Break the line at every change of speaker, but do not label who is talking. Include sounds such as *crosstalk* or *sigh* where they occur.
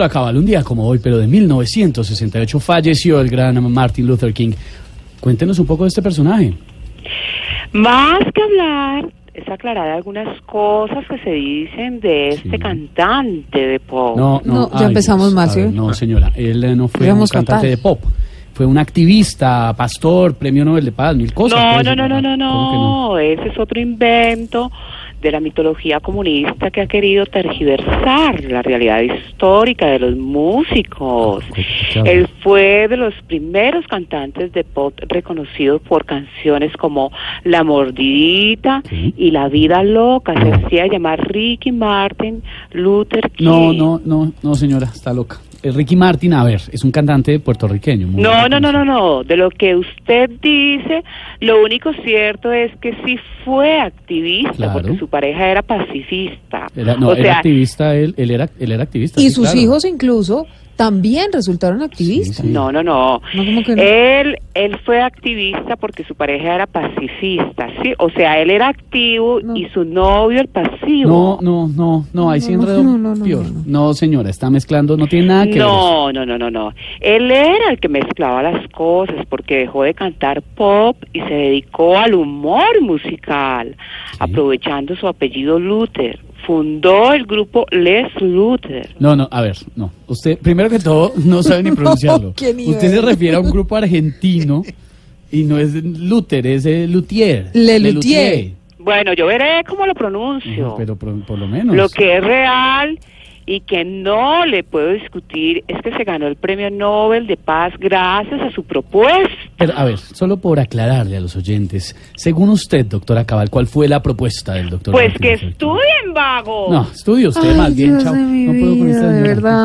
A cabal, un día como hoy, pero de 1968 falleció el gran Martin Luther King. Cuéntenos un poco de este personaje.
Más que hablar, es aclarar algunas cosas que se dicen de este
Sí.
cantante de pop.
No, no,
No, ya empezamos mal,
a
¿sí?
ver, No, señora, él eh, no fue un
Íbamos
cantante
fatal.
de pop. Fue un activista, pastor, premio Nobel de Paz, mil cosas.
no,
pues,
no, no, no, no,
¿cómo que
no, ese es otro invento de la mitología comunista que ha querido tergiversar la realidad histórica de los músicos.
¿Qué- qué habla?
Él fue de los primeros cantantes de pop reconocidos por canciones como La Mordidita
Sí. Ah.
y La Vida Loca. Se
No.
hacía llamar Ricky Martin Luther King.
no, no, no, no, señora, está loca. El Ricky Martin, a ver, es un cantante puertorriqueño. muy
No,
bueno.
no, no, no, no. De lo que usted dice, lo único cierto es que sí fue activista,
Claro.
porque su pareja era pacifista.
Era, no,
o
era
sea,
activista, él, él, era, él era activista.
Y
sí,
sus
claro.
hijos incluso también resultaron activistas.
Sí, sí.
no, no, no.
No, ¿cómo que no?
Él, él fue activista porque su pareja era pacifista, sí. O sea, él era activo
No.
y su novio el pasivo.
No, no, no, no, ahí
No,
se
no,
enredó.
no, no, no,
peor.
no,
No, señora, está mezclando, no tiene nada que ver.
No, no, no, no, no. Él era el que mezclaba las cosas porque dejó de cantar pop y se dedicó al humor musical, aprovechando su apellido Luther. Fundó el grupo Les Luther.
No, no, a ver, no. Usted, primero que todo, no sabe
*laughs*
ni
No,
pronunciarlo.
qué nivel.
Usted se refiere a un grupo argentino y no es Luther, es eh, Luthier.
Le
Le
Luthier.
Bueno, yo veré cómo lo pronuncio.
Ujú, Pero por, por lo menos.
Lo que es real y que no le puedo discutir es que se ganó el premio Nobel de Paz gracias a su propuesta.
Pero, a ver, solo por aclararle a los oyentes, según usted, doctora Cabal, ¿cuál fue la propuesta del doctor?
Pues
Martin
que
Luther King?
estudien, vago.
No, estudie usted más bien,
Dios
chao.
de mi
no puedo con
vida,
esta
de
señora.
verdad.